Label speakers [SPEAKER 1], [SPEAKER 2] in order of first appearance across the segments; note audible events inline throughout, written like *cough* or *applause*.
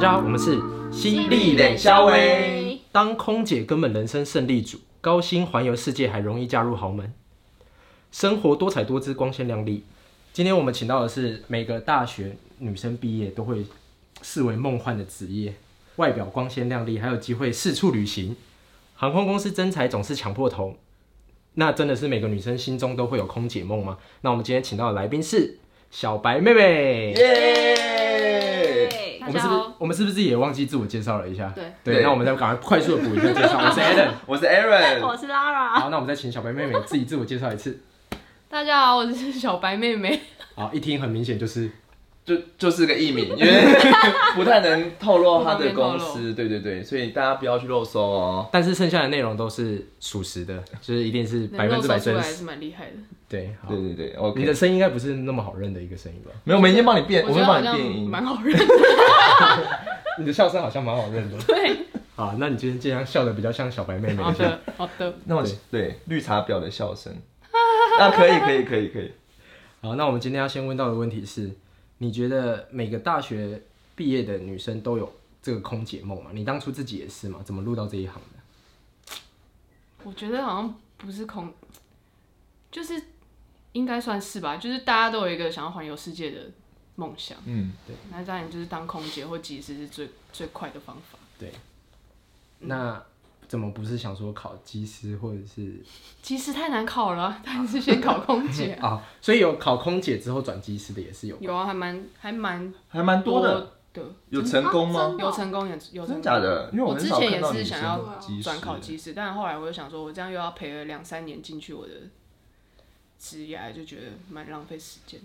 [SPEAKER 1] 家好，我们是
[SPEAKER 2] 犀利冷肖威。
[SPEAKER 1] 当空姐根本人生胜利组，高薪环游世界还容易嫁入豪门，生活多彩多姿，光鲜亮丽。今天我们请到的是每个大学女生毕业都会视为梦幻的职业，外表光鲜亮丽，还有机会四处旅行。航空公司征才总是抢破头，那真的是每个女生心中都会有空姐梦吗？那我们今天请到的来宾是小白妹妹。
[SPEAKER 2] 耶！
[SPEAKER 1] 我
[SPEAKER 3] 大
[SPEAKER 1] 们
[SPEAKER 3] 家
[SPEAKER 1] 是不是
[SPEAKER 3] 好，
[SPEAKER 1] 我们是不是也忘记自我介绍了一下？
[SPEAKER 3] 对
[SPEAKER 1] 对，
[SPEAKER 2] 对
[SPEAKER 1] 那我们再赶快快速的补一下介绍。我
[SPEAKER 3] *laughs*
[SPEAKER 1] 是 Alan，
[SPEAKER 2] 我是 Aaron，
[SPEAKER 3] 我是 Lara。
[SPEAKER 1] 好，那我们再请小白妹妹自己自我介绍一
[SPEAKER 3] *laughs*
[SPEAKER 1] 次。
[SPEAKER 3] 大家好，我是小白妹妹。
[SPEAKER 1] 好，一听很明显就是
[SPEAKER 2] 就就是个艺名，因为
[SPEAKER 3] *laughs*
[SPEAKER 2] 不太能透露他的公
[SPEAKER 3] 不方便透
[SPEAKER 2] 司，对对对，所以大家不要去肉搜哦。
[SPEAKER 1] 但是剩下的内容都是属实的，就是一定是 *laughs* 百分之百
[SPEAKER 3] 能够说出来
[SPEAKER 1] 真
[SPEAKER 3] 还
[SPEAKER 1] 实。
[SPEAKER 3] 是蛮厉害的。
[SPEAKER 1] 对，好
[SPEAKER 2] 对，对对
[SPEAKER 1] 你的
[SPEAKER 2] ，OK。
[SPEAKER 1] 声音应该不是那么好认的一个声音吧？
[SPEAKER 2] 没有，我们已经帮你变，我
[SPEAKER 3] 觉
[SPEAKER 2] 们
[SPEAKER 3] 得好
[SPEAKER 2] 帮你
[SPEAKER 3] 像
[SPEAKER 2] 变音。
[SPEAKER 3] 蛮好认的。
[SPEAKER 1] 你的笑声好像蛮好认的。 *laughs*
[SPEAKER 3] 对，
[SPEAKER 1] 好，那你今天这样笑的比较像小白妹妹
[SPEAKER 3] 好。 *laughs* 的，好的。
[SPEAKER 2] 那我
[SPEAKER 1] 对
[SPEAKER 2] 对绿茶婊的笑
[SPEAKER 3] *laughs*
[SPEAKER 2] 声，那可以可以可以可以。
[SPEAKER 1] 好，那我们今天要先问到的问题是，你觉得每个大学毕业的女生都有这个空姐梦吗？你当初自己也是吗？怎么入到这一行的？
[SPEAKER 3] 我觉得好像不是空，就是应该算是吧。就是大家都有一个想要环游世界的梦想，
[SPEAKER 2] 嗯，
[SPEAKER 3] 那当然就是当空姐或技师是最最快的方法。
[SPEAKER 1] 那怎么不是想说考机师或者是。
[SPEAKER 3] 技师太难考了， *laughs* 当然是先考空姐
[SPEAKER 1] *laughs* 啊？所以有考空姐之后转机师的也是有。
[SPEAKER 3] 有啊，还蛮还蛮
[SPEAKER 2] 还蛮多的，
[SPEAKER 3] 的，
[SPEAKER 2] 有成功吗？
[SPEAKER 4] 真的
[SPEAKER 3] 有成功也有成
[SPEAKER 2] 真
[SPEAKER 3] 功
[SPEAKER 2] 假的？因为
[SPEAKER 3] 我
[SPEAKER 2] 很
[SPEAKER 3] 之
[SPEAKER 2] 少
[SPEAKER 3] 前
[SPEAKER 2] 看
[SPEAKER 3] 也
[SPEAKER 2] 到
[SPEAKER 3] 是
[SPEAKER 2] 女
[SPEAKER 3] 想
[SPEAKER 2] 生
[SPEAKER 3] 要
[SPEAKER 2] 的机师欸
[SPEAKER 3] 转考技师，但后来我就想说，我这样又要陪了两三年进去我的职涯，就觉得蛮浪费时间。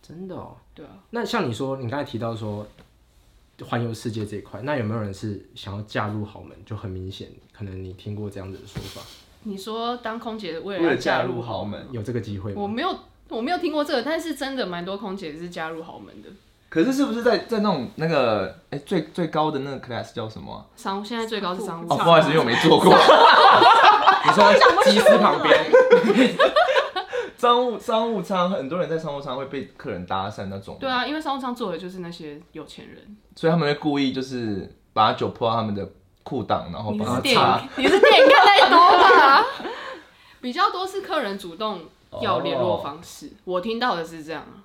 [SPEAKER 1] 真的哦。
[SPEAKER 3] 对啊，
[SPEAKER 1] 那像你说，你刚才提到说环游世界这一块，那有没有人是想要嫁入豪门？就很明显，可能你听过这样子的说法，
[SPEAKER 3] 你说当空姐
[SPEAKER 2] 为
[SPEAKER 3] 为了
[SPEAKER 2] 了
[SPEAKER 3] 要
[SPEAKER 2] 嫁
[SPEAKER 3] 嫁
[SPEAKER 2] 入
[SPEAKER 3] 入
[SPEAKER 2] 豪门，
[SPEAKER 1] 有这个机会吗？
[SPEAKER 3] 我没有我没有听过这个，但是真的蛮多空姐是加入豪门的。
[SPEAKER 2] 可是是不是在在那种那个哎、最最高的那个 class 叫什么啊、
[SPEAKER 3] 商务现在最高是商务
[SPEAKER 2] 哦，
[SPEAKER 3] 舱，
[SPEAKER 2] 不好意思，因为我没做
[SPEAKER 3] *laughs*
[SPEAKER 2] 过。
[SPEAKER 1] 你说在机师旁边，
[SPEAKER 2] 商务商务舱，很多人在商务舱会被客人搭讪那种，
[SPEAKER 3] 对啊，因为商务舱坐的就是那些有钱人。
[SPEAKER 2] 所以他们会故意就是把酒泼到他们的裤裆，然后
[SPEAKER 3] 你
[SPEAKER 2] 哦帮他
[SPEAKER 3] 是电
[SPEAKER 2] 擦。
[SPEAKER 3] 影，你是电影看太多吧？比较多是客人主动要联络方式，
[SPEAKER 2] 哦
[SPEAKER 3] 我听到的是这样啊。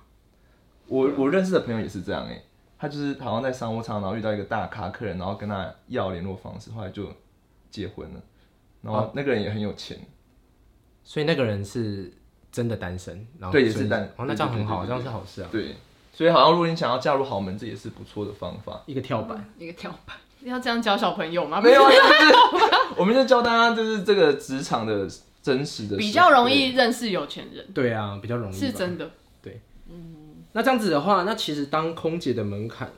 [SPEAKER 2] 我我认识的朋友也是这样哎、他就是好像在商务舱，然后遇到一个大咖客人，然后跟他要联络方式，后来就结婚了。然后那个人也很有钱，
[SPEAKER 1] 所以那个人是真的单身，然后
[SPEAKER 2] 对也
[SPEAKER 1] 所以
[SPEAKER 2] 是单
[SPEAKER 1] 哦，那这样很好，
[SPEAKER 2] 对对对对对
[SPEAKER 1] 这样是好事啊，
[SPEAKER 2] 对，所以好像如果你想要嫁入豪门，这也是不错的方法。
[SPEAKER 1] 一个跳板。
[SPEAKER 4] 一 *laughs* 个跳板，
[SPEAKER 3] 要这样教小
[SPEAKER 2] *laughs*
[SPEAKER 3] 朋友吗？
[SPEAKER 2] 没有，啊，就是我们就教大家就是这个职场的真实的，
[SPEAKER 3] 比较容易。认识有钱人，
[SPEAKER 1] 对啊，比较容易吧。
[SPEAKER 3] 是真的。
[SPEAKER 1] 那这样子的话，那其实当空姐的门槛，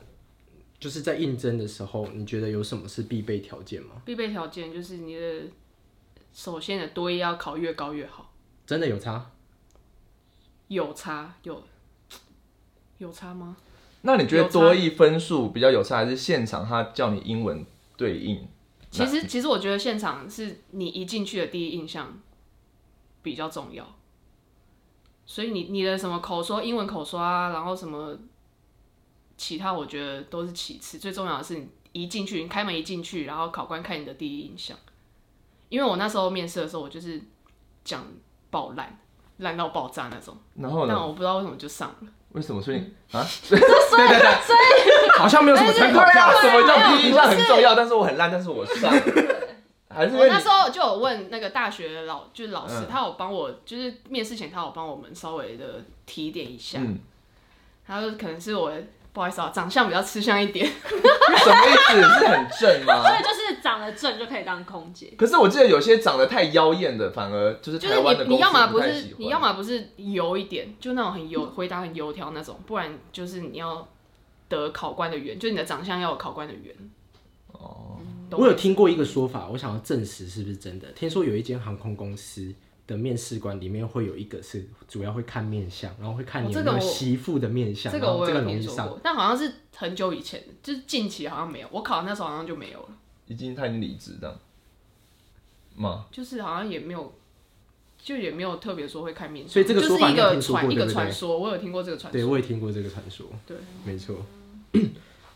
[SPEAKER 1] 就是在应征的时候，你觉得有什么是必备条件吗？
[SPEAKER 3] 必备条件就是你的，首先的多一要考越高越好，
[SPEAKER 1] 真的有差？
[SPEAKER 3] 有差有有差吗？
[SPEAKER 2] 那你觉得
[SPEAKER 3] 有差
[SPEAKER 2] 多益分数比较有差，还是现场他叫你英文对应？
[SPEAKER 3] 其实其实我觉得现场是你一进去的第一印象比较重要，所以你你的什么口说英文口说啊，然后什么其他我觉得都是其次，最重要的是你一进去，你开门一进去，然后考官看你的第一印象。因为我那时候面试的时候，我就是讲爆烂，烂到爆炸那种，
[SPEAKER 2] 然后
[SPEAKER 3] 但
[SPEAKER 2] 呢？
[SPEAKER 3] 我嗯不知道为什么就上了。
[SPEAKER 2] 为什么？所以啊，
[SPEAKER 1] 好像没有什么参考价值。
[SPEAKER 2] 什么叫第一印象很重要？但是我很烂，但是我上，还是因
[SPEAKER 3] 我
[SPEAKER 2] 为
[SPEAKER 3] 那
[SPEAKER 2] 你
[SPEAKER 3] 时候就有问那个大学老，就是老师，
[SPEAKER 2] 嗯
[SPEAKER 3] 他有帮我，就是面试前他有帮我们稍微的提点一下，
[SPEAKER 2] 嗯，
[SPEAKER 3] 他就可能是我不好意思啊，长相比较吃香一
[SPEAKER 2] *laughs*
[SPEAKER 3] 点，
[SPEAKER 2] 什么意思？是很正吗？
[SPEAKER 3] *laughs*
[SPEAKER 4] 所以就是长得正就可以当空姐。
[SPEAKER 2] 可是我记得有些长得太妖艳的，反而就是
[SPEAKER 3] 就
[SPEAKER 2] 台
[SPEAKER 3] 是
[SPEAKER 2] 湾的
[SPEAKER 3] 你你
[SPEAKER 2] 公
[SPEAKER 3] 要么
[SPEAKER 2] 司
[SPEAKER 3] 不
[SPEAKER 2] 太
[SPEAKER 3] 是
[SPEAKER 2] 喜
[SPEAKER 3] 你要
[SPEAKER 2] 欢。
[SPEAKER 3] 么不是油一点，就那种很油，回答很油条那种，不然就是你要得考官的缘，就是你的长相要有考官的缘。
[SPEAKER 2] 哦，
[SPEAKER 3] 懂
[SPEAKER 1] 我有听过一个说法，我想要证实是不是真的。听说有一间航空公司的面试官里面会有一个是主要会看面相，然后会看你有没有
[SPEAKER 3] 哦这个我
[SPEAKER 1] 媳妇的面相，
[SPEAKER 3] 这
[SPEAKER 1] 然
[SPEAKER 3] 个
[SPEAKER 1] 后
[SPEAKER 3] 我
[SPEAKER 1] 这
[SPEAKER 3] 有
[SPEAKER 1] 个容
[SPEAKER 3] 听
[SPEAKER 1] 易
[SPEAKER 3] 说
[SPEAKER 1] 上。
[SPEAKER 3] 过，但好像是很久以前，就是近期好像没有，我考的那时候好像就没有了，
[SPEAKER 2] 已经太理智这样吗？
[SPEAKER 3] 就是好像也没有。就也没有特别说会看面相，
[SPEAKER 1] 所以这个
[SPEAKER 3] 就
[SPEAKER 1] 说
[SPEAKER 3] 是
[SPEAKER 1] 法
[SPEAKER 3] 一
[SPEAKER 1] 你有
[SPEAKER 3] 个
[SPEAKER 1] 听说
[SPEAKER 3] 传
[SPEAKER 1] 过
[SPEAKER 3] 一
[SPEAKER 1] 对
[SPEAKER 3] 个
[SPEAKER 1] 不对
[SPEAKER 3] 传说，我有听过这个传
[SPEAKER 1] 对，*clears throat*
[SPEAKER 3] 说。
[SPEAKER 1] 我也听过这个传说。
[SPEAKER 3] 对，
[SPEAKER 1] 没错。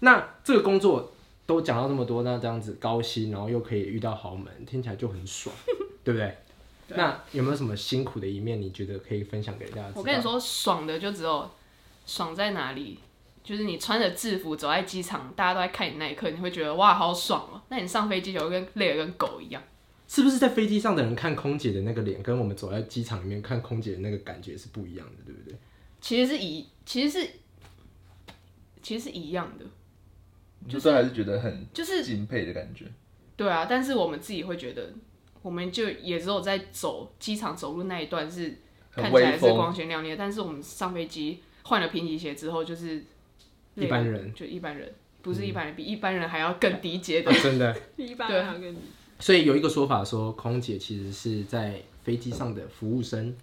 [SPEAKER 1] 那这个工作都讲到这么多，那这样子高薪，然后又可以遇到豪门，听起来就很
[SPEAKER 3] *laughs*
[SPEAKER 1] 爽，对不对？那有没有什么辛苦的一面？你觉得可以分享给大家知道？
[SPEAKER 3] 我跟你，说，爽的就只有爽在哪里，就是你穿着制服走在机场，大家都在看你那一刻，你会觉得哇，好爽哦、那你上飞机就会跟累得跟狗一样。
[SPEAKER 1] 是不是在飞机上的人看空姐的那个脸，跟我们走在机场里面看空姐的那个感觉是不一样的，对不对？
[SPEAKER 3] 其实是一，其实是其实是一样的，
[SPEAKER 2] 你就都还是觉得很
[SPEAKER 3] 就是
[SPEAKER 2] 敬佩的感觉。
[SPEAKER 3] 对啊，但是我们自己会觉得，我们就也只有在走机场走路那一段是
[SPEAKER 2] 很
[SPEAKER 3] 看起来
[SPEAKER 2] 威
[SPEAKER 3] 是
[SPEAKER 2] 风
[SPEAKER 3] 光鲜亮丽的，但是我们上飞机换了平底鞋之后，就是
[SPEAKER 1] 一般人嗯
[SPEAKER 3] 就一般人，不是一般人，比一般人还要更低阶的。
[SPEAKER 1] 啊真的。
[SPEAKER 4] 一般人还要跟你
[SPEAKER 1] 所以有一个说法说，空姐其实是在飞机上的服务生，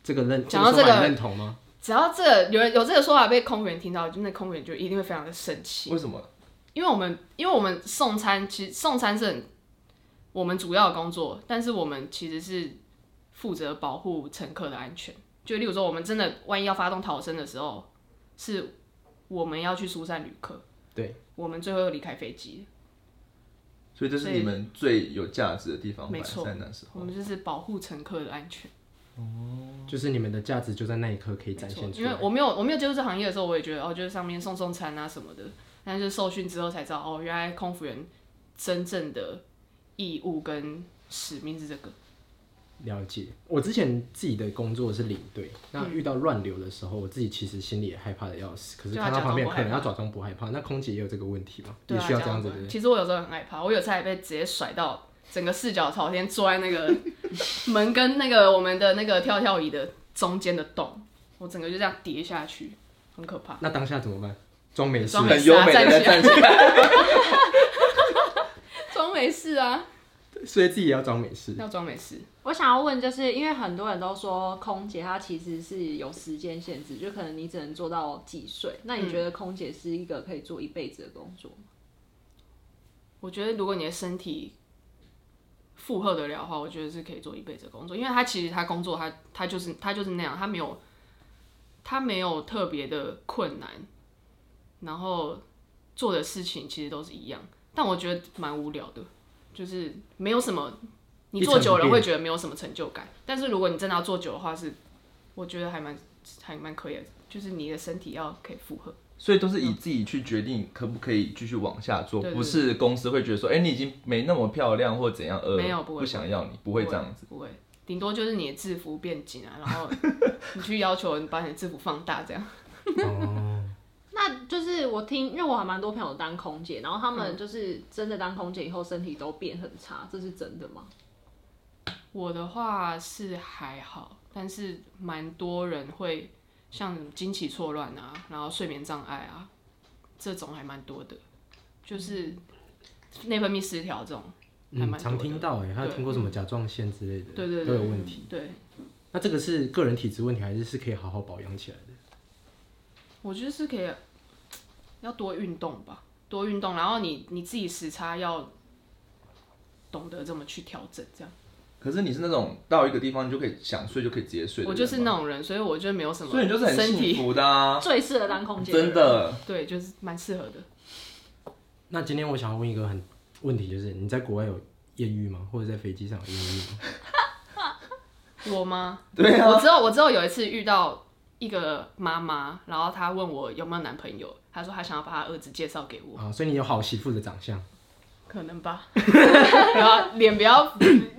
[SPEAKER 1] 这个认
[SPEAKER 3] 讲到
[SPEAKER 1] 这个
[SPEAKER 3] 这
[SPEAKER 1] 说
[SPEAKER 3] 个
[SPEAKER 1] 法你认同吗？
[SPEAKER 3] 只要这个有人有这个说法被空服员听到，就那空服员就一定会非常的生气，
[SPEAKER 2] 为什么？
[SPEAKER 3] 因为我们因为我们送餐其实送餐是很我们主要的工作，但是我们其实是负责保护乘客的安全。就例如说，我们真的万一要发动逃生的时候，是我们要去疏散旅客，
[SPEAKER 1] 对，
[SPEAKER 3] 我们最后又离开飞机，
[SPEAKER 2] 所以这是你们最有价值的地方吧，
[SPEAKER 3] 没错
[SPEAKER 2] 在那时
[SPEAKER 3] 我
[SPEAKER 2] 候。
[SPEAKER 3] 们就是保护乘客的安全。
[SPEAKER 1] 就是你们的价值就在那一刻可以展现
[SPEAKER 3] 没错
[SPEAKER 1] 出
[SPEAKER 3] 因为
[SPEAKER 1] 来。
[SPEAKER 3] 我没有我没有接触这行业的时候，我也觉得哦，就是上面送送餐啊什么的，但是受训之后才知道哦，原来空服员真正的义务跟使命是这个。
[SPEAKER 1] 了解，我之前自己的工作是领队，那
[SPEAKER 3] 嗯
[SPEAKER 1] 遇到乱流的时候，我自己其实心里也害怕的要死，可是
[SPEAKER 3] 就
[SPEAKER 1] 看
[SPEAKER 3] 要
[SPEAKER 1] 到
[SPEAKER 3] 假
[SPEAKER 1] 旁边
[SPEAKER 3] 装不
[SPEAKER 1] 可能
[SPEAKER 3] 害
[SPEAKER 1] 要
[SPEAKER 3] 怕
[SPEAKER 1] 假装不害怕。那空姐也有这个问题嘛，
[SPEAKER 3] 对
[SPEAKER 1] 也
[SPEAKER 3] 啊，
[SPEAKER 1] 需要这样
[SPEAKER 3] 样
[SPEAKER 1] 子
[SPEAKER 3] 子
[SPEAKER 1] 的。
[SPEAKER 3] 其实我有时候很害怕，我有次还被直接甩到整个四脚朝天，坐在那个门跟那个我们的那个跳跳椅的中间的洞，我整个就这样跌下去，很可怕。
[SPEAKER 1] 那当下怎么办？装没事
[SPEAKER 3] 装，
[SPEAKER 2] 很优美的在站起来，
[SPEAKER 3] 装没事啊，
[SPEAKER 1] 所以自己也要装没事。
[SPEAKER 3] 要装没事。
[SPEAKER 4] 我想要问，就是因为很多人都说空姐她其实是有时间限制，就可能你只能做到几岁。那你觉
[SPEAKER 1] 嗯
[SPEAKER 4] 得空姐是一个可以做一辈子的工作吗？
[SPEAKER 3] 我觉得如果你的身体负荷得了的话，我觉得是可以做一辈子的工作，因为他其实他工作他他就是他就是那样，他没有他没有特别的困难，然后做的事情其实都是一样，但我觉得蛮无聊的，就是没有什么你做久了会觉得没有什么成就感，但是如果你真的要做久的话是，我觉得还蛮还蛮可以的，就是你的身体要可以负荷。
[SPEAKER 2] *laughs* 所以都是以自己去决定可不可以继续往下做，
[SPEAKER 3] 对对
[SPEAKER 2] 不是公司会觉得说，哎、你已经没那么漂亮或怎样，呃，
[SPEAKER 3] 没有不会
[SPEAKER 2] 不想要你，不会这样子。
[SPEAKER 3] 不会，顶多就是你的制服变紧啊，然
[SPEAKER 2] *laughs*
[SPEAKER 3] 后你去要求你把你的制服放大这样。
[SPEAKER 4] 那就是我听，因为我还蛮多朋友当空姐，然后他们就是真的当空姐以后身体都变很差，这是真的吗？
[SPEAKER 3] 我的话是还好，但是蛮多人会像经期错乱啊，然后睡眠障碍啊，这种还蛮多的，就是内分泌失调这种
[SPEAKER 1] 嗯，
[SPEAKER 3] 还蛮多
[SPEAKER 1] 常
[SPEAKER 3] 的。
[SPEAKER 1] 听到哎、还有
[SPEAKER 3] 对嗯
[SPEAKER 1] 听过什么甲状腺之类的，
[SPEAKER 3] 对对对
[SPEAKER 1] 都有问题。
[SPEAKER 3] 对，
[SPEAKER 1] 那这个是个人体质问题，还是是可以好好保养起来的？
[SPEAKER 3] 我觉得是可以要多运动吧，多运动，然后你你自己时差要懂得怎么去调整这样。
[SPEAKER 2] 可是你是那种到一个地方你就可以想睡就可以直接睡的人吗，
[SPEAKER 3] 我就是那种人，所以我就没有什么，
[SPEAKER 2] 所以你就是很
[SPEAKER 3] 身
[SPEAKER 2] 幸
[SPEAKER 3] 体， *laughs*
[SPEAKER 2] 福的啊，
[SPEAKER 4] 最适合当空姐，
[SPEAKER 2] 真。的。
[SPEAKER 3] 对，就是蛮适合的。
[SPEAKER 1] 那今天我想要问一个很问题，就是你在国外有艳遇吗？或者在飞机上有艳遇吗？
[SPEAKER 2] *laughs*
[SPEAKER 3] 我吗？
[SPEAKER 2] 对啊
[SPEAKER 3] 我知道，我知道有一次遇到一个妈妈，然后她问我有没有男朋友，她说她想要把她儿子介绍给我，
[SPEAKER 1] 啊，所以你有好媳妇的长相，
[SPEAKER 3] 可能
[SPEAKER 2] *laughs*
[SPEAKER 3] 吧。然后脸比较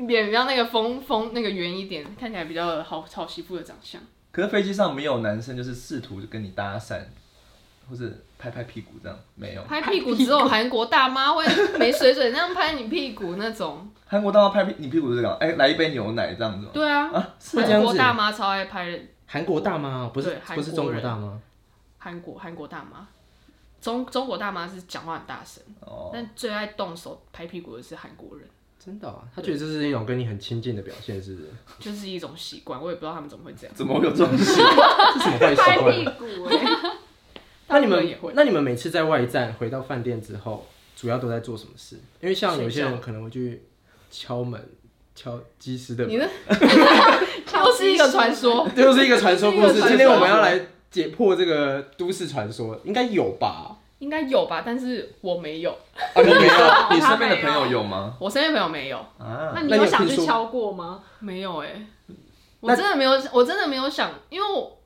[SPEAKER 3] 脸比较那个丰丰那个圆一点，看起来比较好好媳妇的长相。
[SPEAKER 2] 可是飞机上没有男生就是试图就跟你搭讪，或是拍拍屁股这样，没有。
[SPEAKER 3] 拍屁股只有韩国大妈会没水准那样拍你屁股那
[SPEAKER 2] *laughs*
[SPEAKER 3] 种。
[SPEAKER 2] 韩国大妈拍屁你屁股是这样，哎、来一杯牛奶这样子吗？
[SPEAKER 3] 对啊，
[SPEAKER 2] 啊，是
[SPEAKER 1] 会这样
[SPEAKER 3] 韩
[SPEAKER 1] 子
[SPEAKER 3] 国大妈超爱拍
[SPEAKER 1] 韩国大妈不是
[SPEAKER 3] 对韩
[SPEAKER 1] 不
[SPEAKER 3] 国
[SPEAKER 1] 是中国
[SPEAKER 3] 人
[SPEAKER 1] 大妈，
[SPEAKER 3] 韩国韩国大妈，中中国大妈是讲话很大声。
[SPEAKER 2] 哦，
[SPEAKER 3] 但最爱动手拍屁股的是韩国 *laughs* 人，
[SPEAKER 1] 真的、啊，他觉得这是一种跟你很亲近的表现，是不是？
[SPEAKER 3] 就是一种习惯，我也不知道他们怎么会这样。
[SPEAKER 2] 怎么会有这种
[SPEAKER 3] *laughs*
[SPEAKER 2] 事？
[SPEAKER 1] 这怎么会
[SPEAKER 4] 拍
[SPEAKER 1] 习
[SPEAKER 4] 屁
[SPEAKER 1] 惯？
[SPEAKER 4] 股、
[SPEAKER 1] *laughs*
[SPEAKER 4] 欸，
[SPEAKER 1] 那你
[SPEAKER 3] 他们也
[SPEAKER 1] 们
[SPEAKER 3] 会
[SPEAKER 1] 那你们每次在外站回到饭店之后，主要都在做什么事？因为像有些
[SPEAKER 3] 睡
[SPEAKER 1] 人可能会去敲门、敲机师的门 *laughs*
[SPEAKER 3] 你，的 *laughs* 又是一个传说，
[SPEAKER 1] 这就是一个传说故
[SPEAKER 3] 这是
[SPEAKER 1] 事。
[SPEAKER 3] 一个传说
[SPEAKER 1] 今天我们要来解破这个都市传说，应该有吧？
[SPEAKER 3] 应该有吧，但是我没有，
[SPEAKER 2] 啊，你没有？你身边
[SPEAKER 4] 他没
[SPEAKER 2] 的
[SPEAKER 4] 有
[SPEAKER 2] 朋友有吗？
[SPEAKER 3] 我身边朋友没有，
[SPEAKER 2] 啊，
[SPEAKER 4] 那你
[SPEAKER 1] 那你
[SPEAKER 4] 有
[SPEAKER 1] 有
[SPEAKER 4] 想
[SPEAKER 1] 听
[SPEAKER 4] 去
[SPEAKER 1] 说
[SPEAKER 4] 敲过吗？
[SPEAKER 3] 没有哎、
[SPEAKER 1] 那
[SPEAKER 3] 我真的没有，我真的没有想，因为我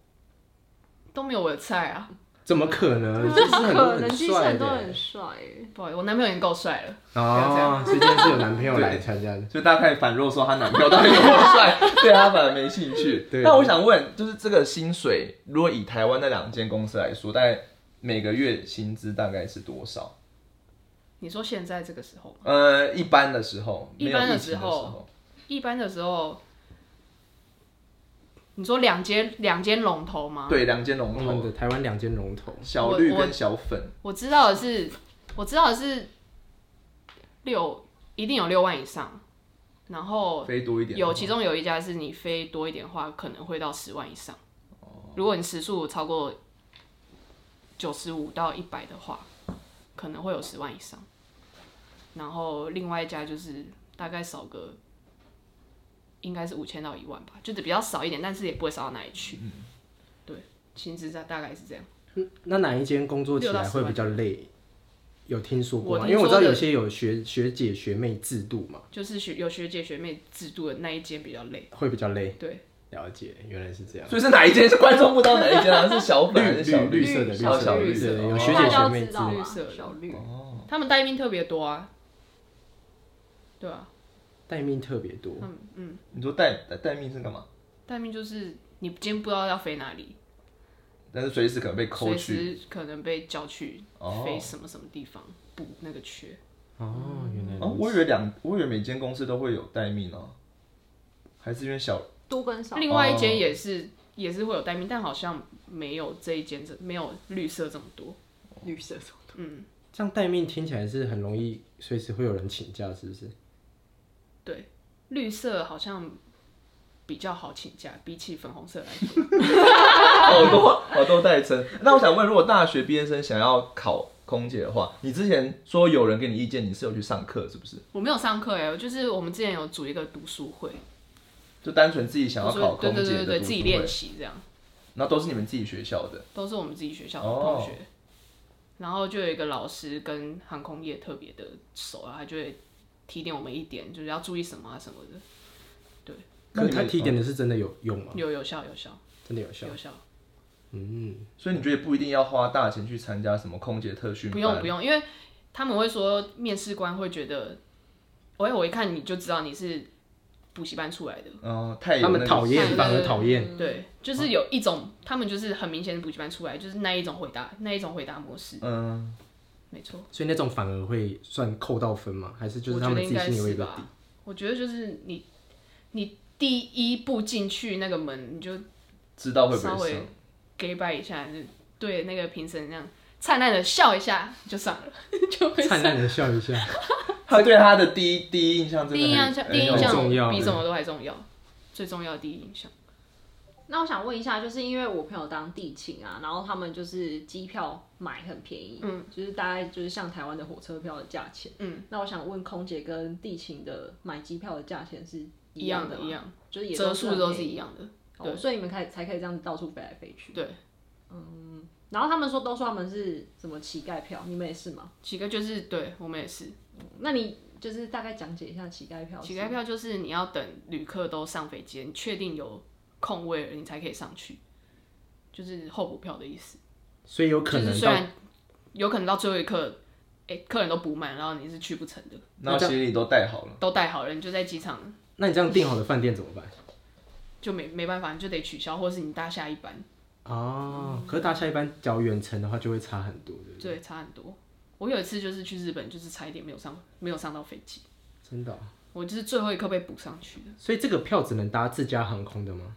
[SPEAKER 3] 都没有我的菜啊，
[SPEAKER 1] 怎么 *laughs* 可能？
[SPEAKER 4] 不
[SPEAKER 1] 就是很多
[SPEAKER 4] 可能，其实
[SPEAKER 1] 帅
[SPEAKER 4] 很
[SPEAKER 1] 的
[SPEAKER 4] 多很帅欸耶。
[SPEAKER 3] 不好意思，我男朋友已经够帅了，不要这
[SPEAKER 1] 哦，
[SPEAKER 3] 样
[SPEAKER 1] 所以今天是有男朋友来参加的。
[SPEAKER 2] 所以大家开始反弱说她男朋友到底有多
[SPEAKER 3] *laughs*
[SPEAKER 2] 帅，对她反而没兴趣。
[SPEAKER 1] 对
[SPEAKER 2] 那我想问，就是这个薪水，如果以台湾那两间公司来说，大概每个月薪资大概是多少？
[SPEAKER 3] 你说现在这个时候，
[SPEAKER 2] 呃，一般的时候，没有
[SPEAKER 3] 一般的
[SPEAKER 2] 疫情的
[SPEAKER 3] 时候，一般的时候，你说两间两间龙头吗？
[SPEAKER 2] 对，两间龙
[SPEAKER 1] 我们
[SPEAKER 2] 头，
[SPEAKER 1] 的台湾两间龙头，
[SPEAKER 2] 小绿
[SPEAKER 3] 我
[SPEAKER 2] 跟小粉，
[SPEAKER 3] 我知道的是，我知道的是六，一定有六万以上，然后
[SPEAKER 2] 飞多一点的话，
[SPEAKER 3] 有其中有一家是你飞多一点的话，可能会到十万以上。如果你时速超过九十五到一百的话，可能会有十万以上。然后另外一家就是大概少个，应该是五千到一万吧，就是比较少一点，但是也不会少到哪里去。对，薪资大大概是这样。
[SPEAKER 1] 那哪一间工作起来会比较累？有听说过吗？
[SPEAKER 3] 我
[SPEAKER 1] 因
[SPEAKER 3] 听
[SPEAKER 1] 为我
[SPEAKER 3] 说的
[SPEAKER 1] 知道有些有学学姐学妹制度嘛，
[SPEAKER 3] 就是学有学姐学妹制度的那一间比较累。
[SPEAKER 1] 会比较累。
[SPEAKER 3] 对，
[SPEAKER 1] 了解，原来是这样。
[SPEAKER 2] 所以是哪一间？是观众不知道哪一间啊？是小粉还
[SPEAKER 1] 绿
[SPEAKER 2] 是小
[SPEAKER 1] 绿绿色的
[SPEAKER 2] 绿
[SPEAKER 1] 色
[SPEAKER 2] 小
[SPEAKER 1] 的
[SPEAKER 2] 绿
[SPEAKER 1] 绿
[SPEAKER 2] 色
[SPEAKER 1] 色的，有
[SPEAKER 2] 哦
[SPEAKER 1] 学
[SPEAKER 4] 大
[SPEAKER 1] 姐
[SPEAKER 4] 家
[SPEAKER 1] 学
[SPEAKER 4] 都
[SPEAKER 1] 妹
[SPEAKER 4] 知
[SPEAKER 1] 制哦
[SPEAKER 4] 道
[SPEAKER 1] 度
[SPEAKER 3] 绿
[SPEAKER 4] 嘛，
[SPEAKER 3] 色的
[SPEAKER 4] 小绿。
[SPEAKER 3] 他们待命特别多啊。对啊，
[SPEAKER 1] 待命特别多，
[SPEAKER 3] 嗯嗯，
[SPEAKER 2] 你说待待待命是干嘛？
[SPEAKER 3] 待命就是你今天不知道要飞哪里，
[SPEAKER 2] 但是随时可能被抠
[SPEAKER 3] 随
[SPEAKER 2] 去。
[SPEAKER 3] 时可能被叫去
[SPEAKER 2] 哦
[SPEAKER 3] 飞什么什么地方补那个缺。
[SPEAKER 1] 哦，原来如此
[SPEAKER 2] 哦，我以为两，我以为每间公司都会有待命哦，还是因为小
[SPEAKER 4] 多跟少，
[SPEAKER 3] 另外一
[SPEAKER 2] 哦
[SPEAKER 3] 间也是、也是会有待命，但好像没有这一间这没有绿色这么多。
[SPEAKER 4] 绿色的
[SPEAKER 3] 嗯，
[SPEAKER 1] 这样待命听起来是很容易，随时会有人请假，是不是？
[SPEAKER 3] 对，绿色好像比较好请假，比起粉红色来说。
[SPEAKER 2] *laughs* 好多好多代称。那我想问，如果大学毕业生想要考空姐的话，你之前说有人给你意见，你是有去上课是不是？
[SPEAKER 3] 我没有上课哎、就是我们之前有组一个读书会，
[SPEAKER 2] 就单纯自己想要
[SPEAKER 3] 所以
[SPEAKER 2] 考空姐
[SPEAKER 3] 对
[SPEAKER 2] 的
[SPEAKER 3] 对对对，
[SPEAKER 2] 读
[SPEAKER 3] 自
[SPEAKER 2] 书
[SPEAKER 3] 己
[SPEAKER 2] 会
[SPEAKER 3] 练习这样。
[SPEAKER 2] 那都是你们自己学校的
[SPEAKER 3] 都是我们自己学校的
[SPEAKER 2] 哦
[SPEAKER 3] 同学。然后就有一个老师跟航空业特别的熟啊，他就会提点我们一点，就是要注意什么啊什么的。
[SPEAKER 1] 那
[SPEAKER 2] 那你们
[SPEAKER 1] 他提点的是真的有用吗？
[SPEAKER 3] 有有效有效
[SPEAKER 1] 真的有效？
[SPEAKER 3] 有效，
[SPEAKER 1] 嗯，
[SPEAKER 2] 所以你觉得不一定要花大钱去参加什么空姐特训班？
[SPEAKER 3] 不用不用，因为他们会说面试官会觉得，喂，我一看你就知道你是补习班出来的，
[SPEAKER 2] 嗯、太有
[SPEAKER 1] 他
[SPEAKER 2] 那
[SPEAKER 1] 们
[SPEAKER 2] 个
[SPEAKER 1] 讨厌，
[SPEAKER 3] 对
[SPEAKER 1] 反而讨厌。
[SPEAKER 3] 对，就是有一种他们就是很明显的补习班出来，就是那一种回答那一种回答模式，
[SPEAKER 2] 嗯，
[SPEAKER 3] 没错。
[SPEAKER 1] 所以那种反而会算扣到分吗？还是就是
[SPEAKER 3] 我
[SPEAKER 1] 他
[SPEAKER 3] 觉得
[SPEAKER 1] 们自
[SPEAKER 3] 应
[SPEAKER 1] 己
[SPEAKER 3] 该
[SPEAKER 1] 心里会
[SPEAKER 3] 是
[SPEAKER 1] 有个
[SPEAKER 3] 吧。
[SPEAKER 1] 底？
[SPEAKER 3] 我觉得就是你，你第一步进去那个门，你就
[SPEAKER 2] 知道会不
[SPEAKER 3] 稍
[SPEAKER 2] 会
[SPEAKER 3] 微
[SPEAKER 2] 上？
[SPEAKER 3] 给拜一下，就对那个评审那样灿烂的笑一下就上了， *laughs* 就会
[SPEAKER 1] 灿
[SPEAKER 3] 上。
[SPEAKER 1] 烂的笑一下，
[SPEAKER 2] *laughs* 他对他的第一第一印象真的
[SPEAKER 3] 第一印
[SPEAKER 2] 很
[SPEAKER 3] 象，
[SPEAKER 2] 很
[SPEAKER 3] 第一
[SPEAKER 2] 有
[SPEAKER 3] 印象
[SPEAKER 1] 重要
[SPEAKER 3] 比
[SPEAKER 1] 欸
[SPEAKER 3] 什么都还重要，最重要的第一印象。
[SPEAKER 4] 那我想问一下，就是因为我朋友当地勤啊，然后他们就是机票买很便宜，嗯，就是大概就是像台湾的火车票的价钱，
[SPEAKER 3] 嗯，
[SPEAKER 4] 那我想问空姐跟地勤的买机票的价钱是
[SPEAKER 3] 一
[SPEAKER 4] 样
[SPEAKER 3] 的，
[SPEAKER 4] 吗
[SPEAKER 3] 一样，
[SPEAKER 4] 就是也
[SPEAKER 3] 折数都
[SPEAKER 4] 很
[SPEAKER 3] 是
[SPEAKER 4] 便宜
[SPEAKER 3] 一样的。
[SPEAKER 4] 哦，所以你们开才可以这样子到处飞来飞去。
[SPEAKER 3] 对，
[SPEAKER 4] 然后他们说都说他们是什么乞丐票，你们也是吗？
[SPEAKER 3] 乞丐就是对我们也是，
[SPEAKER 4] 那你就是大概讲解一下乞丐票是。
[SPEAKER 3] 乞丐票就是你要等旅客都上飞机，你确定有空位了，你才可以上去，就是候补票的意思。
[SPEAKER 1] 所以有可
[SPEAKER 3] 就
[SPEAKER 1] 能
[SPEAKER 3] 是虽
[SPEAKER 1] 到
[SPEAKER 3] 然有可能到最后一刻，哎、客人都补满，然后你是去不成的，
[SPEAKER 2] 那行李都带好了，
[SPEAKER 3] 都带好了，你就在机场
[SPEAKER 1] 那你这样订好的饭店怎么办？
[SPEAKER 3] 就没没办法，你就得取消，或是你搭下一班，
[SPEAKER 1] 哦，可是大家一般较远程的话就会差很多，对不对？
[SPEAKER 3] 对，差很多。我有一次就是去日本，就是差一点没有上，没有上到飞机，
[SPEAKER 1] 真的哦、
[SPEAKER 3] 我就是最后一刻被补上去的。
[SPEAKER 1] 所以这个票只能搭自家航空的吗？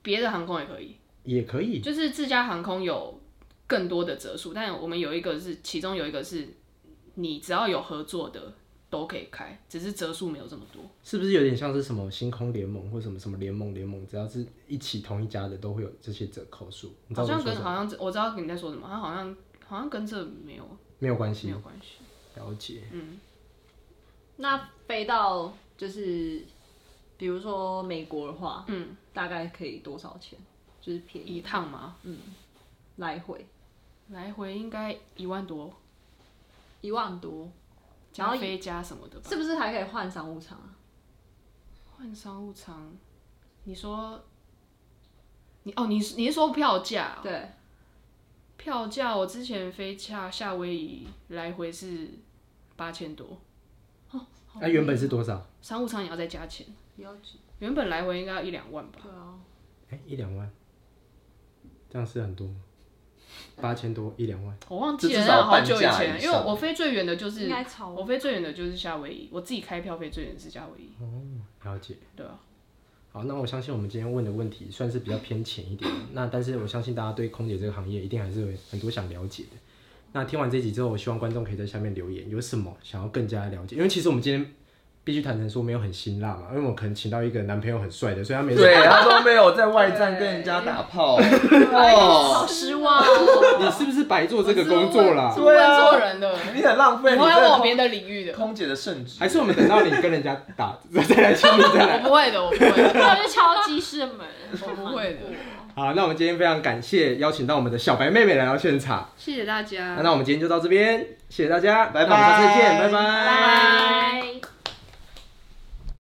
[SPEAKER 3] 别的航空也可以，
[SPEAKER 1] 也可以，
[SPEAKER 3] 就是自家航空有更多的折数，但我们有一个是，其中有一个是你只要有合作的都可以开，只是折数没有这么多。
[SPEAKER 1] 是不是有点像是什么星空联盟或什么什么联盟联盟？只要是一起同一家的，都会有这些折扣数。你知道我
[SPEAKER 3] 好
[SPEAKER 1] 在
[SPEAKER 3] 像
[SPEAKER 1] 说
[SPEAKER 3] 跟
[SPEAKER 1] 什么？
[SPEAKER 3] 好像我知道你在说什么，它好像好像跟嗯这没有
[SPEAKER 1] 没有关
[SPEAKER 3] 没
[SPEAKER 1] 系
[SPEAKER 3] 有，关系。
[SPEAKER 1] 了解。
[SPEAKER 4] 那飞到就是，比如说美国的话，
[SPEAKER 3] 嗯，
[SPEAKER 4] 大概可以多少钱？就是便宜
[SPEAKER 3] 一趟吗？
[SPEAKER 4] 来回。
[SPEAKER 3] 来回应该一万多，
[SPEAKER 4] 一万多，然
[SPEAKER 3] 加
[SPEAKER 4] 后
[SPEAKER 3] 飞加什么的吧
[SPEAKER 4] 是。不是还可以换商务舱啊？
[SPEAKER 3] 换商务舱，你说，你哦，你是你是说票价哦、
[SPEAKER 4] 对，
[SPEAKER 3] 票价我之前飞夏夏威夷来回是八千多，
[SPEAKER 1] 那、原本是多少？
[SPEAKER 3] 商务舱也要再加钱，
[SPEAKER 4] 比较值
[SPEAKER 3] 原本来回应该要一两万吧。
[SPEAKER 4] 对啊，
[SPEAKER 1] 哎、一两万，这样是很多吗？八千多一两万，
[SPEAKER 3] 我忘记了，
[SPEAKER 2] 这至少
[SPEAKER 3] 那好久以
[SPEAKER 2] 半价
[SPEAKER 3] 前，
[SPEAKER 2] 以上
[SPEAKER 3] 因为我飞最远的就是
[SPEAKER 4] 应该超
[SPEAKER 3] 我飞最远的就是夏威夷，我自己开票飞最远的是夏威夷，
[SPEAKER 1] 了解。
[SPEAKER 3] 对啊，
[SPEAKER 1] 好，那我相信我们今天问的问题算是比较偏浅一点，那但是我相信大家对空姐这个行业一定还是有很多想了解的。那听完这集之后，我希望观众可以在下面留言，有什么想要更加了解？因为其实我们今天必须坦诚说没有很辛辣嘛，因为我可能请到一个男朋友很帅的，所以他没什么
[SPEAKER 2] 对，啊他说没有在外站跟人家打炮，哦，
[SPEAKER 3] 好失
[SPEAKER 4] *laughs*
[SPEAKER 3] 望哦，
[SPEAKER 1] *laughs* 你是不是白做这个工作啦
[SPEAKER 3] 是？问错人了，
[SPEAKER 2] 你很浪费，啊
[SPEAKER 3] *laughs* 以
[SPEAKER 2] 你
[SPEAKER 3] 后要往别
[SPEAKER 2] 真的
[SPEAKER 3] 的领域的
[SPEAKER 2] 空，空姐的圣旨，
[SPEAKER 1] 还是我们等到你跟人家打 *laughs* 再来请你再
[SPEAKER 3] *laughs* 我
[SPEAKER 1] 来？
[SPEAKER 3] 不会的，我不会的，
[SPEAKER 4] 啊
[SPEAKER 5] 那就敲鸡翅
[SPEAKER 4] *laughs*
[SPEAKER 5] 门，
[SPEAKER 3] *laughs* 我不会的。
[SPEAKER 1] 好，那我们今天非常感谢邀请到我们的小白妹妹来到现场，
[SPEAKER 3] 谢谢大家
[SPEAKER 1] 那。那我们今天就到这边，谢谢大家，
[SPEAKER 2] 拜拜
[SPEAKER 1] 那我们下次见，拜
[SPEAKER 5] 拜。